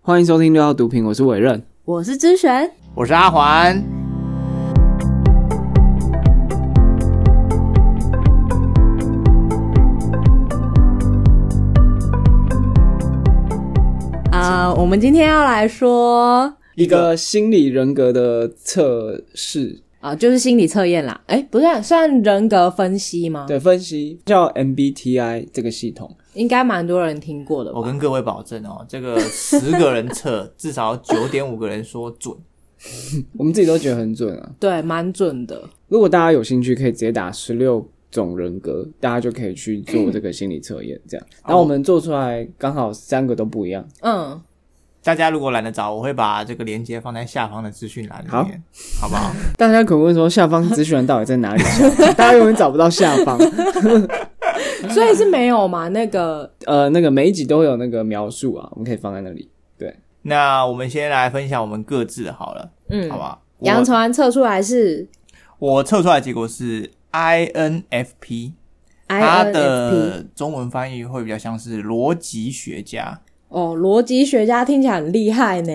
欢迎收听六号毒品，我是伟任。我是之璇，我是阿环。啊、我们今天要来说啊、一个心理人格的测试，啊就是心理测验啦。哎、不是啊、算人格分析吗？对，分析叫 MBTI 这个系统，应该蛮多人听过的我吧？跟各位保证哦，这个十个人测， 至少九点五个人说准。我们自己都觉得很准啊。对，蛮准的。如果大家有兴趣，可以直接打十六种人格，大家就可以去做这个心理测验，这样。然后我们做出来刚好三个都不一样。嗯，大家如果懒得找，我会把这个链接放在下方的资讯栏里面，好不好？大家可能会说，下方资讯栏到底在哪里？大家永远找不到下方。嗯所以是没有嘛？那个呃，那个每一集都会有那个描述啊，我们可以放在那里。那我们先来分享我们各自的好了，嗯好不好？杨我传测出来是我测出来的结果是 INFP，它 INFP 的中文翻译会比较像是逻辑学家。哦，逻辑学家听起来很厉害呢。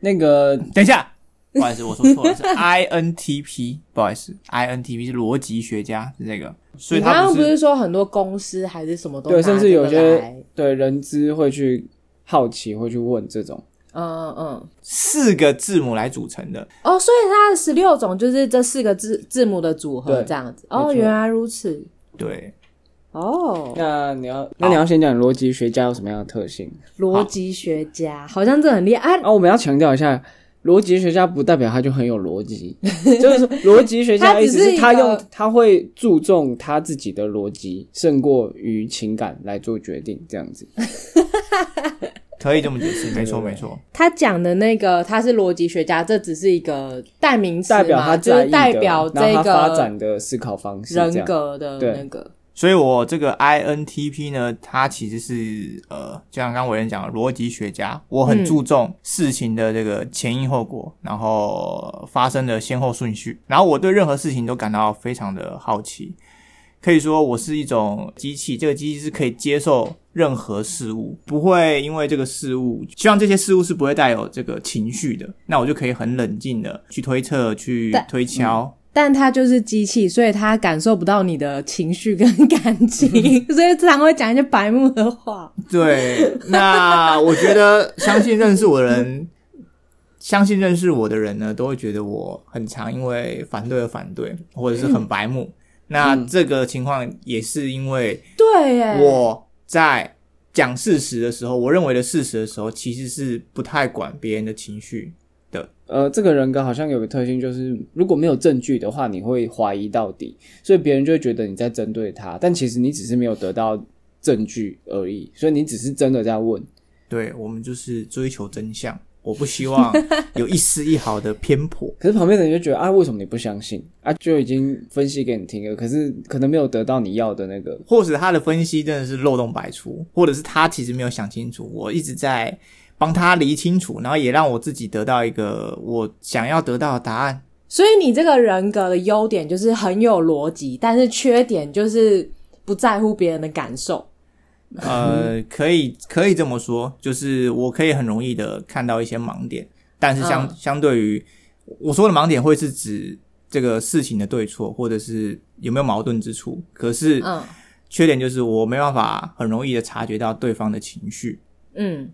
那个等一下，不好意思，我说错 了，是 INTP，不好意思，INTP 是逻辑学家，是这个，所以你刚他刚不不是是说很多公司还是什么都对，拿甚至有这个些来对人资会去好奇，会去问这种。嗯嗯嗯四个字母来组成的。哦，所以它的十六种就是这四个字字母的组合对这样子。没哦，错原来如此。对，哦，那你要，那你要先讲逻辑学家有什么样的特性？逻辑学家好像这很厉害、啊，哦，我们要强调一下，逻辑学家不代表他就很有逻 辑，就是说逻辑学家他的只意思是是一他个用他会注重他自己的逻辑，胜过于情感来做决定，这样子。可以这么解释，没错对对对没错。他讲的那个他是逻辑学家，这只是一个代名词嘛，代表他就在是意的，代表这然后他发个展的思考方式，这人样格的对那个。所以我这个 INTP 呢，它其实是呃，就像刚刚伟人讲的，逻辑学家，我很注重事情的这个前因后果，然后发生的先后顺序，然后我对任何事情都感到非常的好奇。可以说我是一种机器，这个机器是可以接受任何事物，不会因为这个事物，希望这些事物是不会带有这个情绪的，那我就可以很冷静的去推测、去但推敲，但他就是机器，所以他感受不到你的情绪跟感 情，所以常会讲一些白目的话。对，那我觉得相信认识我的 人，相信认识我的人呢，都会觉得我很常因为反对而反对，或者是很白目。那这个情况也是因为对耶，我在讲事实的时候，我认为的事实的时候，其实是不太管别人的情绪。呃，这个人格好像有个特性，就是如果没有证据的话，你会怀疑到底，所以别人就会觉得你在针对他，但其实你只是没有得到证据而已，所以你只是真的在问。对我们就是追求真相，我不希 望有一丝一毫的偏颇。可是旁边的人就觉得啊，为什么你不相信啊？就已经分析给你听了，可是可能没有得到你要的那个。或者他的分析真的是漏洞百出，或者是他其实没有想清楚，我一直在帮他理清楚，然后也让我自己得到一个我想要得到的答 案。所以你这个人格的优点就是很有逻辑，但是缺点就是不在乎别人的感受。呃，可以可以这么说，就是我可以很容易的看到一些盲点，但是相、嗯相对于我说的盲点会是指这个事情的对错，或者是有没有矛盾之处。可是嗯缺点就是我没办法很容易的察觉到对方的情绪。嗯，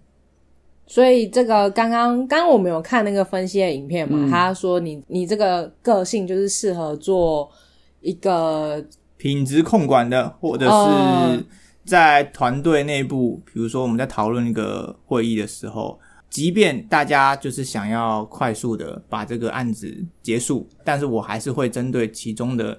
所以这个刚刚刚刚我们有看那个分析的影片嘛，嗯他说你你这个个性就是适合做一个品质控管的，或者哦是在团队内部，比如说我们在讨论一个会议的时候，即便大家就是想要快速的把这个案子结束，但是我还是会针对其中的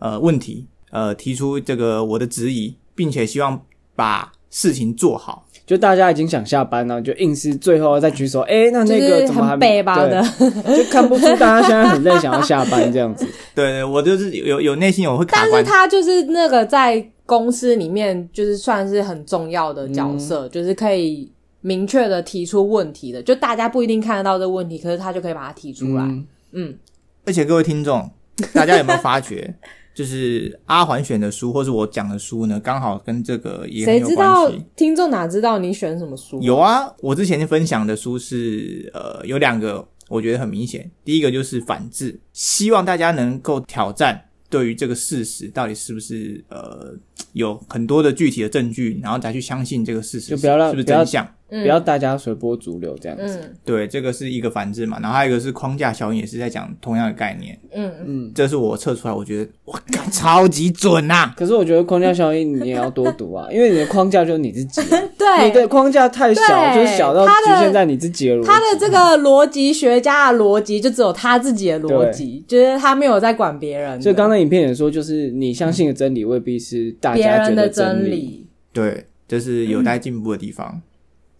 呃问题，呃提出这个我的质疑，并且希望把事情做好。就大家已经想下班了，就硬是最后再举手，哎、那就那是个怎么还很没背包的，对就看不出大家现在很累，想要下班这样子。对对，我就是有有内心我会卡但是关。他就是那个在公司里面就是算是很重要的角嗯色，就是可以明确的提出问题的，就大家不一定看得到这个问题，可是他就可以把它提出来。嗯嗯，而且各位听众，大家有没有发觉， 就是阿环选的书，或是我讲的书呢，刚好跟这个也很谁有知关道系。听众哪知道你选什么书？有啊，我之前分享的书是呃有两个，我觉得很明显。第一个就是反制，希望大家能够挑战对于这个事实到底是不是呃有很多的具体的证据，然后再去相信这个事实就不要让是不是不要真相。嗯不要大家随波逐流这样子。嗯对，这个是一个反制嘛，然后还有一个是框架效应，也是在讲同样的概念。嗯，这是我测出来，我觉得我干超级准啊呐、可是我觉得框架效应你也要多读 啊，因为你的框架就是你自己啊、对你的框架太小，对就是小到他的局限在你自己的逻辑他的这个逻辑学家的逻辑就只有他自己的逻辑，就是他没有在管别人的，所以刚才影片也说，就是你相信的真理未必是大别家觉人的得真理。理。对，这是有待进步的地方。嗯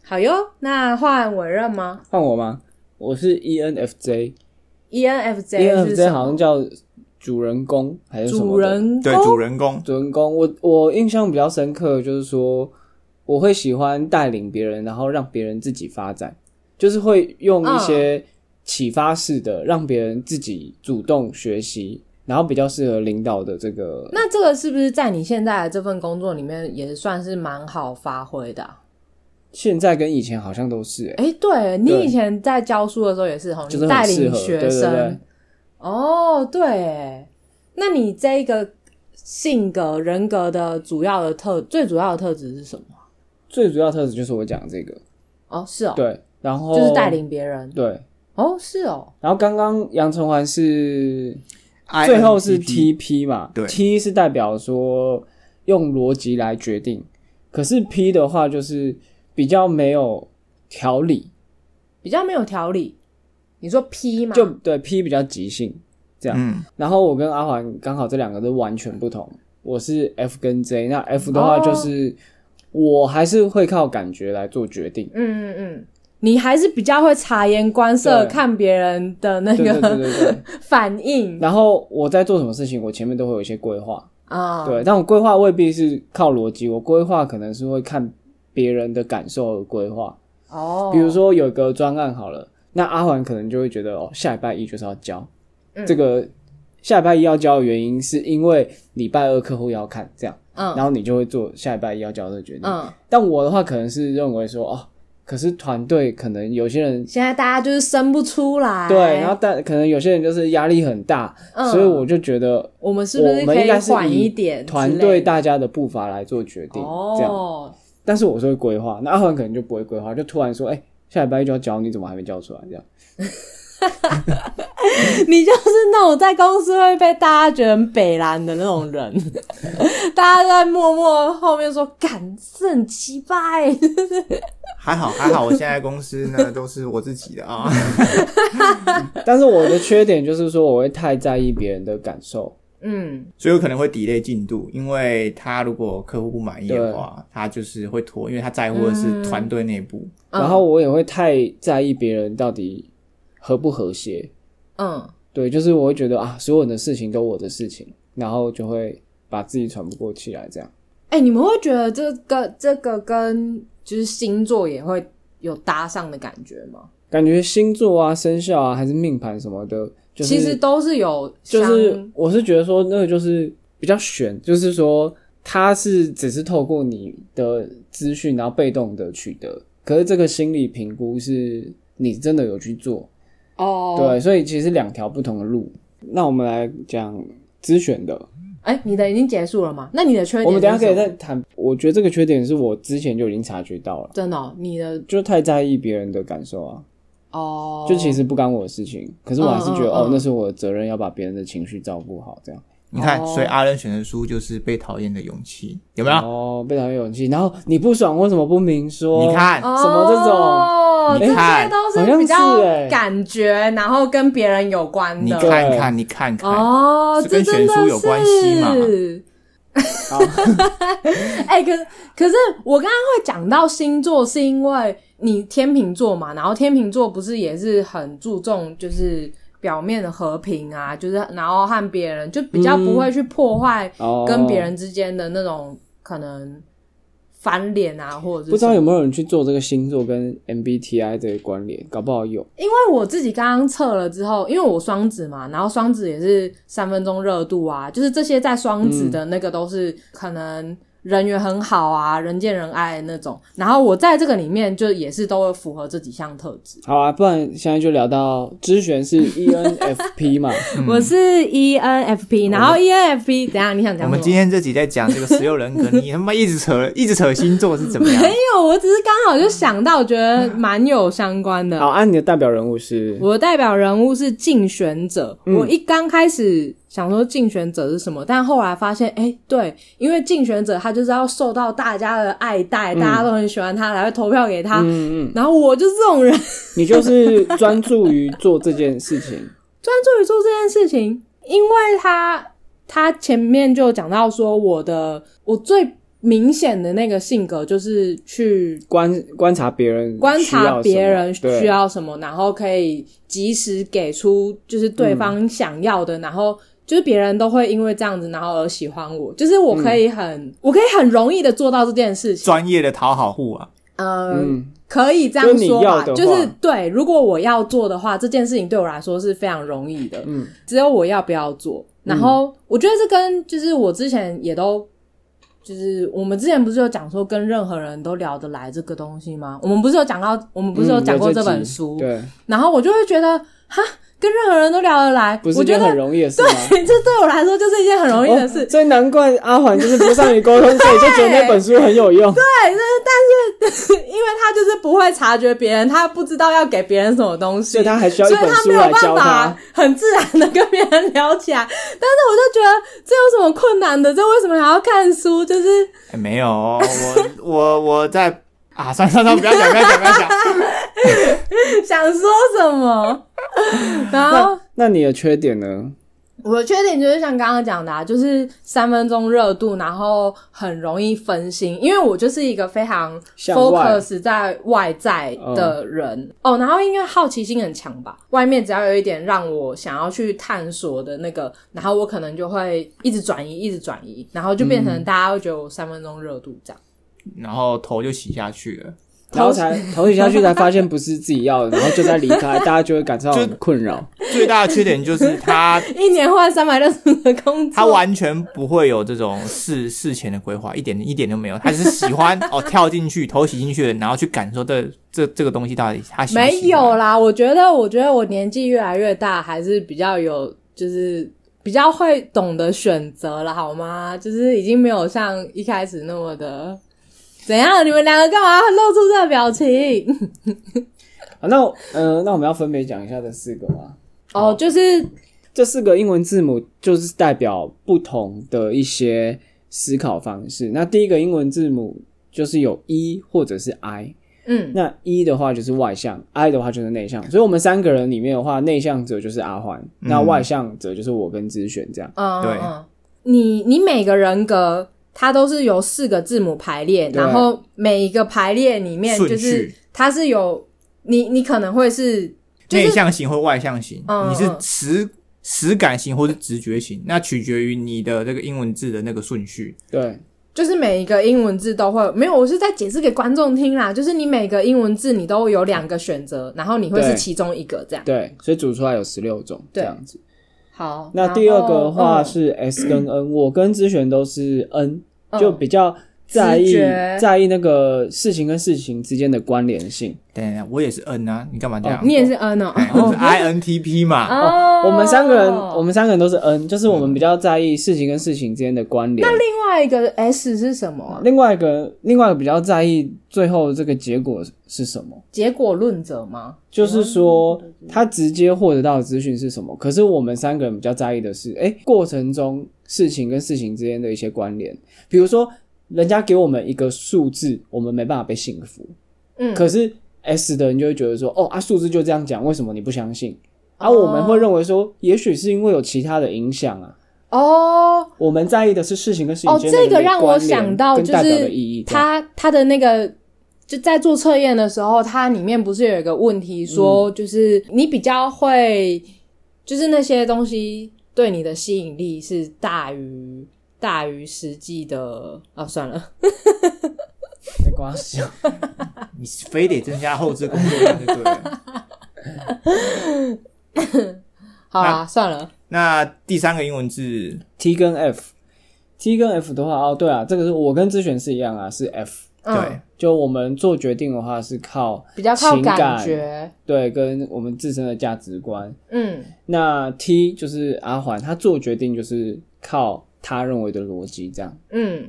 好哟，那换委任吗换我吗？我是 E ENFJ，ENFJ？E E ？ENFJ 是什么好像叫主人公还是什么的主人对，哦公主人公，主人公。我我印象比较深刻，就是说我会喜欢带领别人，然后让别人自己发展，就是会用一嗯些启发式的，让别人自己主动学习，然后比较适合领导的这个那这个是不是在你现在的这份工作里面也算是蛮好发挥的、啊？现在跟以前好像都是、欸，哎、对你对以前在教书的时候也是吼，就你是带很适领合，学对对生对，哦，对耶，那你这一个性格人格的主要的特最主要的特质是什么？最主要特质就是我讲这个，哦，是哦，对，然后就是带，领别人。对，哦，是哦，然后刚刚杨崇环是最后是 INTP TP 嘛，对，T 是代表说用逻辑来决定，可是 P 的话就是比较没有条理，比较没有条理。你说 P 吗？就对 P 比较即兴这样。嗯，然后我跟阿环刚好这两个都完全不同，我是 F 跟 J，那 F 的话哦就是我还是会靠感觉来做决定。嗯嗯嗯，你还是比较会察言观色，对看别人的那对对对个对对。 反应然后我在做什么事情，我前面都会有一些规划，啊。对，但我规划未必是靠逻辑，我规划可能是会看别人的感受而规划。哦，比如说有个专案好了，那阿环可能就会觉得哦，下礼拜一就是要交、嗯这个。下礼拜一要交的原因，是因为礼拜二客户要看这样，嗯，然后你就会做下礼拜一要交的决定。嗯，但我的话，可能是认为说，哦，可是团队可能有些人现在大家就是生不出来，对，然后但可能有些人就是压力很大，哎嗯所以我就觉得我们是不我是们可应以该是缓以一点之团类队的大家的步伐来做决定，这样。哦，但是我是会规划，那阿环可能就不会规划，就突然说，哎、下礼拜一就要交，你怎么还没交出来？这样， 你就是那种在公司会被大家觉得很北蓝的那种人， 大家都在默默后面说干是很鸡巴欸，还好还好，我现在公司呢都是我自己的 啊。 但是我的缺点就是说，我会太在意别人的感受，嗯，所以有可能会 delay 进度，因为他如果客户不满意的话，他就是会拖，因为他在乎的是团队内部。嗯然后我也会太在意别人到底和不和谐。嗯，对，就是我会觉得啊，所有人的事情都我的事情，然后就会把自己喘不过气来，这样。哎、你们会觉得这个这个跟就是星座也会有搭上的感觉吗？感觉星座啊、生肖啊，还是命盘什么的，就是其实都是有就相，是我是觉得说那个就是比较悬，就是说它是只是透过你的资讯，然后被动的取得，可是这个心理评估是你真的有去做，哦，对，，所以其实是两条不同的路。那我们来讲咨询的，哎、你的已经结束了吗？那你的缺点我们等一下是可以什么再谈。我觉得这个缺点是我之前就已经察觉到了，真的哦、你的就太在意别人的感受啊，哦，就其实不干我的事情，可是我还是觉得嗯嗯哦嗯，那是我的责任，要把别人的情绪照顾好，这样。你看，哦所以阿仁选的书就是《被讨厌的勇气》，有没有？哦，被讨厌勇气。然后你不爽为什么不明说？你，看，什么这种哦，这你看些都好是像比较是欸感觉，然后跟别人有关你的。看看，你看看，哦，是这跟真的选书有关系嘛是 好哎、可可是我刚刚会讲到星座，是因为你天秤座嘛，然后天秤座不是也是很注重就是表面的和平啊，就是然后和别嗯人就比较不会去破坏哦，跟别人之间的那种可能翻脸啊，或者是不知道有什么没有人去做这个星座跟 MBTI 的关联，搞不好有。因为我自己刚刚测了之后，因为我双子嘛，然后双子也是三分钟热度啊，就是这些在双子嗯的那个都是可能人缘很好啊，人见人爱的那种。然后我在这个里面就也是都有符合这几项特质。好啊，不然现在就聊到知璇是 E ENFP 嘛，嗯我是 E ENFP，然后 E ENFP，等一下你想讲什么？我们今天这集在讲这个十六 人格，你他妈一直扯，一直扯星座是怎么 样？没有，我只是刚好就想到，觉得蛮有相关的。好，按、啊、你的代表人物是我的代表人物是竞选者。我一刚开始想说竞选者是什么，但后来发现，哎、对，因为竞选者他就是要受到大家的爱戴，大家都很喜欢他，才会投票给他。嗯嗯，然后我就是这种人，专你就是专注于做这件事情。 注于做这件事情，因为他他前面就讲到说，我的我最明显的那个性格就是去观观察别人需要什么，观察别人对需要什么，然后可以及时给出就是对方想要的，然后就是别人都会因为这样子然后而喜欢我，就是我可嗯以很、我可以很容易的做到这件事情，专业的讨好户啊，呃，嗯，可以这样就是说你要吧，的话就是对，如果我要做的话，这件事情对我来说是非常容易的，嗯，只有我要不要做。然后我觉得这跟就是我之前也都。就是我们之前不是有讲说跟任何人都聊得来这个东西吗？我们不是有讲到，我们不是有讲过嗯这本集书？对，然后我就会觉得，哈，跟任何人都聊得来，不是我一觉件得很容易的事吗？这对 我来说就是一件很容易的事。哦所以难怪阿环就是不善于沟通，所以就觉得那本书很有 用。因为他就是 不会察觉别人，他不知道要给别人什么东西，所以他还需要一所以本他书没有来办教法他。很自然的跟别人聊起来。但是我就觉得这有什么困难的？这为什么还要看书？就是 哎没有， 我我我在啊，算算算，不要讲，不要讲，不要讲。想说什么？然后那那你的缺点呢？我的缺点就是像刚刚讲的、啊，就是三分钟热度，然后很容易分心，因为我就是一个非常向外 focus 在外在的人哦然后因为好奇心很强吧，外面只要有一点让我想要去探索的那个，然后我可能就会一直转移，一直转移，然后就变成大家会觉得我三分钟热度这样。然后头就洗下去了，然后才投递下去，才发现不是自己要的，然后就在离 开，大家就会感到很困扰。最大的缺点就是他一年换三百六十五个工作，他完全不会有这种事事前的规划，一点一点都没有。他只是喜 欢哦，跳进去，头洗进去了，然后去感受这这这个东西到底他喜不没喜欢有啦，我觉得，我觉得我年纪越来越大，还是比较有，就是比较会懂得选择了，好吗？就是已经没有像一开始那么的怎样？你们两个干嘛露出这个表情？啊，那呃，那我们要分别讲一下这四个吗？哦，就是这四个英文字母就是代表不同的一些思考方式。那第一个英文字母就是有 E 或者是 I，嗯，那 E 的话就是外向，I 的话就是内向。所以我们三个人里面的话，内向者就是阿环，那外向者就是我跟知璇这样。嗯，对嗯你你每个人格。它都是由四个字母排列，对然后每一个排列里面顺就是序它是有你，你可能会是就是内向型或外向型，嗯你是嗯实实感型或是直觉型，那取决于你的这个英文字的那个顺序。对，就是每一个英文字都会没有，我是在解释给观众听啦。就是你每个英文字你都有两个选择，然后你会是对其中一个这样。对，所以组出来有十六种这对样子。好，那然第二个的后话嗯是 S 跟 N，、我跟知璇都是 N，、嗯就比较在意直觉在意那个事情跟事情之间的关联性。等一下，我也是 N 啊，你干嘛这样？你也是 N 哦哎我是 INTP 嘛，哦我们三个人，我们三个人都是 N，就是我们比较在意事情跟事情之间的关联。另外一个 S 是什么啊？另外一个，另外一个比较在意最后这个结果是什么，结果论者吗？就是说他直接获得到的资讯是什么。可是我们三个人比较在意的是，哎、过程中事情跟事情之间的一些关联，比如说人家给我们一个数字，我们没办法被信服，嗯，可是 S 的人就会觉得说，哦啊，数字就这样讲，为什么你不相信？而、啊、哦我们会认为说，也许是因为有其他的影响啊。哦我们在意的是事情跟事情哦，之间的这个让我关联想到跟就代表的是意义。这样他他的那个就在做测验的时候，它里面不是有一个问题说，嗯就是你比较会，就是那些东西对你的吸引力啊是大于大于实际的啊、算了，瓜小，你非得增加后置工作量就对 了。好啦，算了，那第三个英文字 T 跟 F，T 跟 F 的话，哦，对啊，这个是我跟咨询是一样啊，是 F。对、嗯，就我们做决定的话，是靠比较靠情感感觉，对跟我们自身的价值观。嗯那 T 就是阿环，他做决定就是靠他认为的逻辑这样。嗯。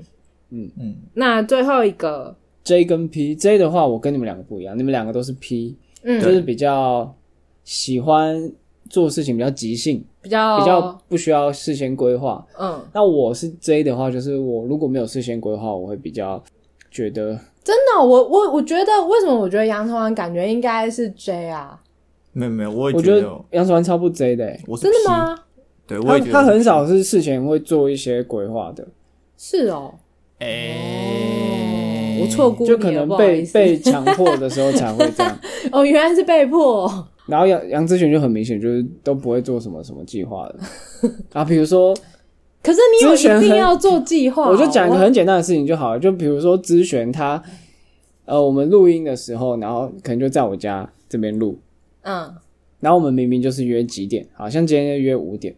嗯，那最后一个， J 跟 P，J 的话，我跟你们两个不一样，你们两个都是 P，就嗯，是比较喜欢做事情比较即兴，比较比较，不需要事先规划。嗯，那我是 J 的话，就是我如果没有事先规划，我会比较觉得真的，我我我觉得为什么我觉得杨成完感觉应该是 J 啊？没有没有，我也我觉觉得得杨楚安超不 J 的、欸，我是真的 P，吗？对，我他也觉得他我是很 P 少是事前会做一些规划的，是哦，哎、我错估你就了，可能不好被意思被强迫的时候才会这样。哦，原来是被迫，然后杨杨志群就很明显就是都不会做什么什么计划的啊，比如 说可是你有咨询一很定要做计划哦，我就讲一个很简单的事情就好了，就比如说咨询他，呃，我们录音的时候，然后可能就在我家这边录，嗯，，然后我们明明就是约几点，好像今天就约五点，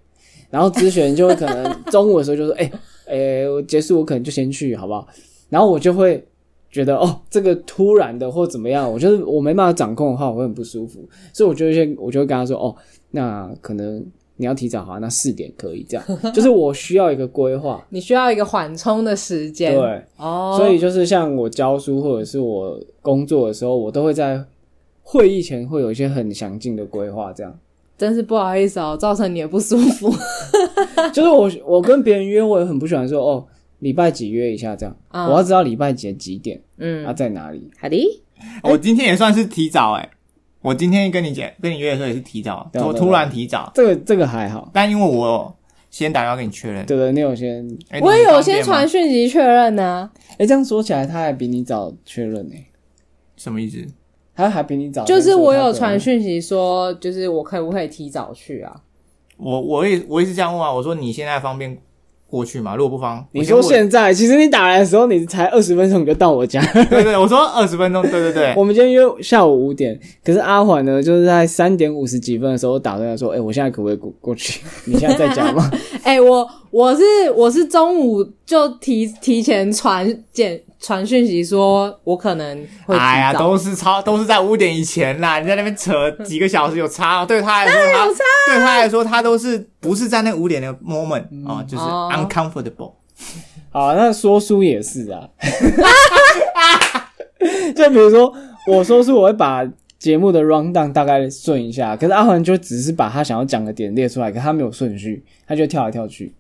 然后咨询就会可能中午的时候就说，哎、哎、我结束我可能就先去，好不好？然后我就会觉得哦，这个突然的或怎么样，我就是我没办法掌控的话，我会很不舒服，所以我就会先我就会跟他说，哦，那可能你要提早啊好，那四点可以这样，就是我需要一个规划 你需要一个缓冲的时间，对。哦，所以就是像我教书或者是我工作的时候，我都会在会议前会有一些很详尽的规划，这样。真是不好意思哦，造成你的不舒 服 就是我我跟别人约，我也很不喜欢说哦，礼拜几约一下这样，啊我要知道礼拜几的几点，嗯啊在哪里。好的，哦我今天也算是提早哎、我今天跟你讲跟你约的时候也是提早，对啊我对啊突然提早，这个这个还好，但因为我有先打电话跟你确认，对的，你有些哎我你也有方先便吗传讯息确认啊呢、哎、这样说起来，他还比你早确认呢、什么意思？他还比你早。就是我有传讯，讯息说，就是我可不可以提早去啊？我我也我也是这样问啊，我说你现在方便过去吗？如果不方，你我说先问现在，其实你打来的时候，你才二十分钟你就到我 家。 对对，我说二十分钟，对对对，我们今天约下午五点，可是阿缓呢，就是在三点五十几分的时候打断他说：“哎、我现在可不可以过过去？你现在在家吗哎、我我是我是中午就提提前传简传讯息说，我可能会提早。哎呀，都是超都是在五点以前啦，你在那 边扯几个小时有差、哦，对他来说他有差啊对他来说他都是不是在那五点的 moment 啊、哦，就是哦 uncomfortable。？”好，啊那说书也是啊， 就比如说我说书，我会把节目的 round down 大概顺一下，可是阿缓就只是把他想要讲的点列出来，可他没有顺序，他就跳来跳去，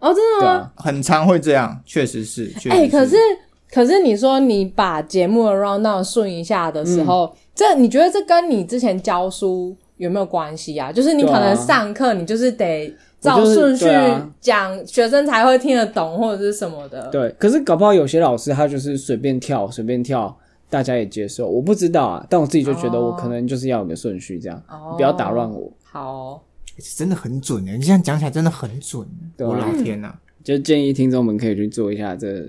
哦，真的对吗？啊，很常会这样，确实是，确实哎、可是可是你说你把节目的 round down 顺一下的嗯时候，这你觉得这跟你之前教书有没有关系啊？就是你对啊可能上课你就是得照我就是顺序对啊讲，学生才会听得懂或者是什么的。对。可是搞不好有些老师他就是随便跳，随便跳。大家也接受，我不知道啊，但我自己就觉得我可能就是要有个顺序，这样、哦不要打乱我。好哦、真的很准欸的，你这样讲起来真的很准，欸对啊我老天呐、就建议听众们可以去做一下这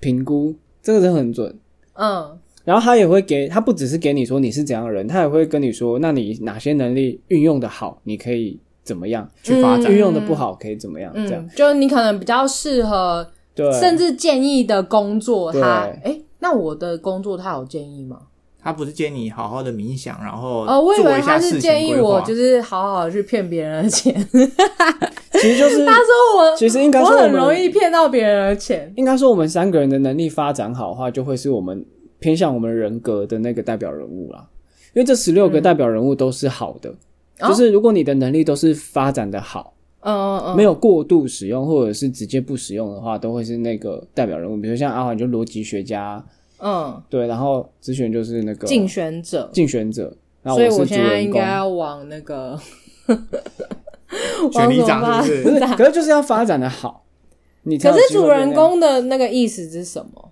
评估，这个真的很准。嗯，然后他也会给他不只是给你说你是怎样的人，他也会跟你说，那你哪些能力运用的好，你可以怎么样；去发展嗯运用的不好，可以怎么样？这样嗯，就是你可能比较适合，对，啊甚至建议的工作对他，哎、那我的工作他有建议吗？他不是建议你好好的冥想，然后哦，我以做为一下他事是情建议规划我就是好好地去骗别人的钱， 其实就是，他说我其实应该我说很们容易骗到别人的钱。应该说我们三个人的能力发展好的话，就会是我们偏向我们人格的那个代表人物啦。因为这十六个代表人物都是好的，哦就是如果你的能力都是发展的好。嗯嗯嗯，没有过度使用或者是直接不使用的话，都会是那个代表人物。比如像阿环就逻辑学家，啊嗯，对，然后子选就是那个竞选者，竞选者，然后所以啊是主现在人应公该。要往那个选里长往什么是不不是 是？大可是就是要发展的好，你才啊可有是机会主变那样，人公的那个意思是什么？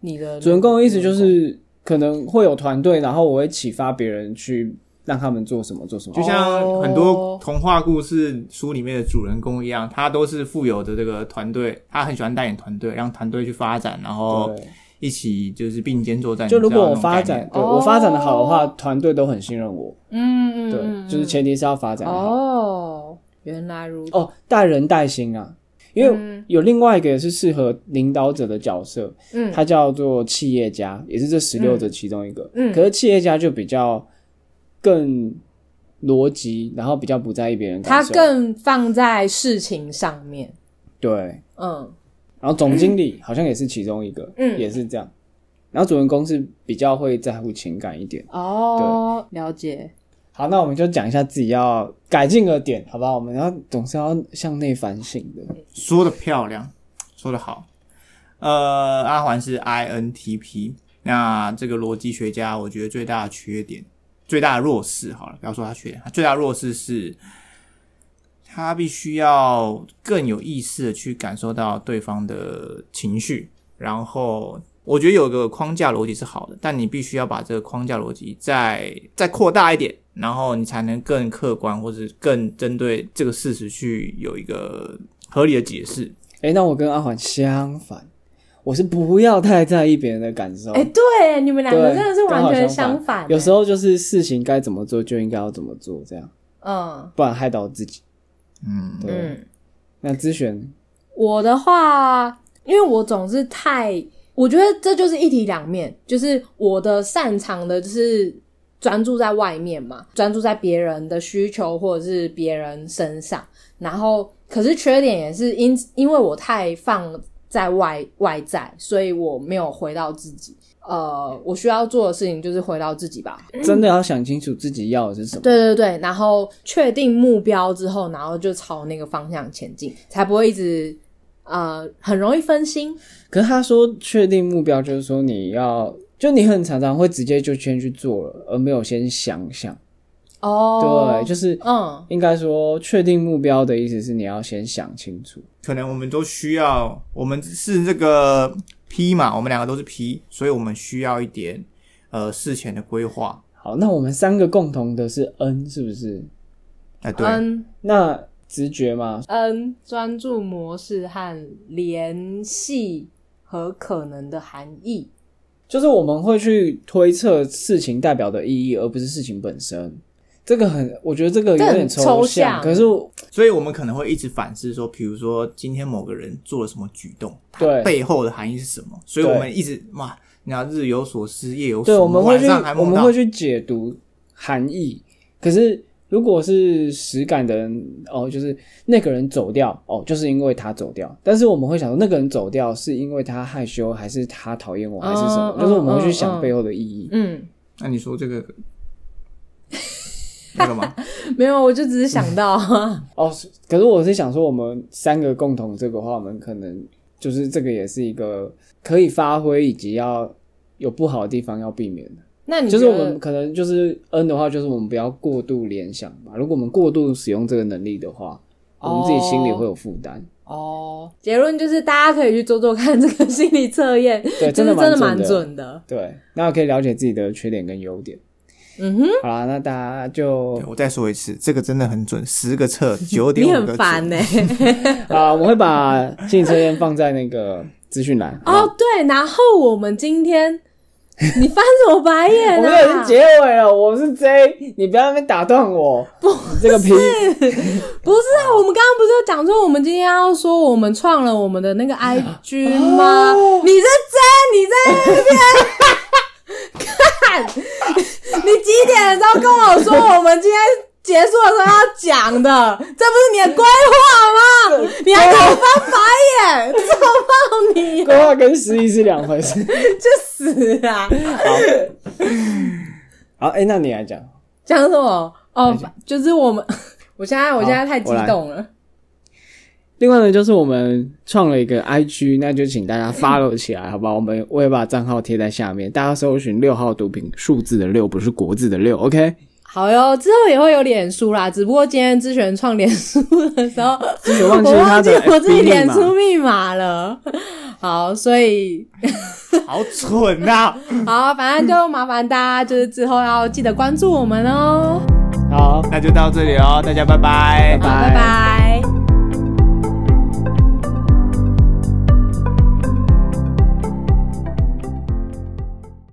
你的那个主人公的意思就是可能会有团队，然后我会启发别人去让他们做什么做什么就。像哦很多童话故事书里面的主人公一样，他都是富有的这个团队，他很喜欢带领团队，让团队去发展，然后哦对，一起就是并肩作战。就如你知道果我哦那种概发念展，对哦我发展的好的话，团队都很信任我。嗯，嗯对，就是前提是要发展得好。哦，原来如此，哦，带人带心啊，因为嗯有另外一个也是适合领导者的角色，嗯，他叫做企业家，也是这十六者其中一个。嗯可是企业家就比较更逻辑，然后比较不在意别人他感受。更放在事情上面，对，嗯然后总经理好像也是其中一个，嗯也是这样。然后主人公是比较会在乎情感一点。哦，了解，好，那我们就讲一下自己要改进的点，好不好？我们要总是要向内反省的。嗯说的漂亮，说的好。呃，阿环是 INTP，那这个逻辑学家，我觉得最大的缺点、最大的弱势，好了，不要说他缺点，他最大的弱势是，他必须要更有意识的去感受到对方的情绪，然后。我觉得有个框架逻辑是好的，但你必须要把这个框架逻辑再再扩大一点，然后你才能更客观，或者更针对这个事实去有一个合理的解释。哎、那我跟阿环相反，我是不要太在意别人的感受。哎，对，你们两个哦对真的是刚完好全相相反，欸有时候就是事情该怎么做就应该要怎么做，这样嗯不然害到自己。嗯，对，嗯。那咨询我的话，因为我总是太，我觉得这就是一体两面，就是我的擅长的就是专注在外面嘛，专注在别人的需求或者是别人身上，然后可是缺点也是因因为我太放在外外在，所以我没有回到自己。呃，我需要做的事情就是回到自己吧，真的要想清楚自己要的是什么。对对对，然后确定目标之后，然后就朝那个方向前进，才不会一直呃很容易分心。可是他说确定目标，就是说你要，就你很常常会直接就先去做了，而没有先想想。哦，对，就是嗯应该说确定目标的意思是你要先想清楚。可能我们都需要，我们是这个 P 嘛，我们两个都是 P，所以我们需要一点呃事前的规划。好，那我们三个共同的是 N，是不是？哎、对，嗯那直觉嘛，嗯，专注模式和联系和可能的含义。就是我们会去推测事情代表的意义，而不是事情本身。这个很，我觉得这个有这点很抽抽象可是我所以我们可能会一直反思说，比如说今天某个人做了什么举动，它对背后的含义是什么？所以对我们一直哇，你要日有所思，夜有所对梦，我们会晚去上还我梦们到会去解读含义。可是如果是实感的人，哦，就是那个人走掉，哦，就是因为他走掉。但是我们会想说，那个人走掉是因为他害羞，还是他讨厌我，还是什么？嗯就是我们会嗯去嗯想嗯背后的意义。嗯，那你说这个 那个吗？嗯没有，我就只是想到， 哦，是可是我是想说，我们三个共同这个话，我们可能就是这个也是一个可以发挥，以及要有不好的地方要避免的。那你就是觉我得们可能就是 N 的话，就是我们不要过度联想吧。如果我们过度使用这个能力的话，我们自己心里会有负担。哦，结论就是大家可以去做做看这个心理测验，对，这的是真蛮的蛮准准的。对，那可以了解自己的缺点跟优点。嗯哼，好啦，那大家就对我再说一次，这个真的很准，十个测九点你五很个烦欸准。欸呢、啊，我会把心理测验放在那个资讯栏。好不好哦，对，然后我们 今天，你翻什么白眼啊我呢、们已经结尾了，我是 J，你不要在那边打断我。不，这个 P，不是啊，我们刚刚不是有讲说，我们今天要说我们创了我们的 那个 IG 吗？哦你是真，你在那边 看，你几点的时候跟我说我们今天结束的时候要讲的？这不是你的规划吗？你还给我翻白眼，臭爆你！规划跟失忆是两回 事。去死啊！好，哎、那你来讲，讲什么？哦，就是我们， 我现在我现在太激动了。另外呢，就是我们创了一个 IG，那就请大家 follow 起来，好不好？我们我也把账号贴在下面，大家搜寻六号毒品，数字的六，不是国字的六，OK？好哟，之后也会有脸书啦，只不过今天之前创脸书的 时候，也忘记 我他忘记的我自 FB 密己脸码书密码了。好，所以好蠢呐、啊！好，反正就麻烦大家，就是之后要记得关注我们哦。好，那就到这里哦，大家拜拜好，拜拜。